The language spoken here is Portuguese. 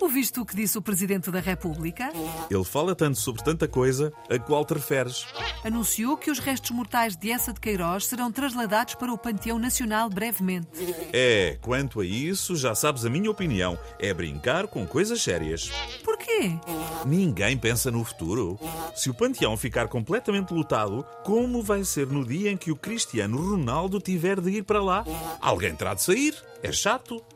Ouviste o que disse o Presidente da República? Ele fala tanto sobre tanta coisa a qual te referes. Anunciou que os restos mortais de Essa de Queiroz serão trasladados para o Panteão Nacional brevemente. É, quanto a isso, já sabes a minha opinião. É brincar com coisas sérias. Porquê? Ninguém pensa no futuro. Se o panteão ficar completamente lotado, como vai ser no dia em que o Cristiano Ronaldo tiver de ir para lá? Alguém terá de sair. É chato.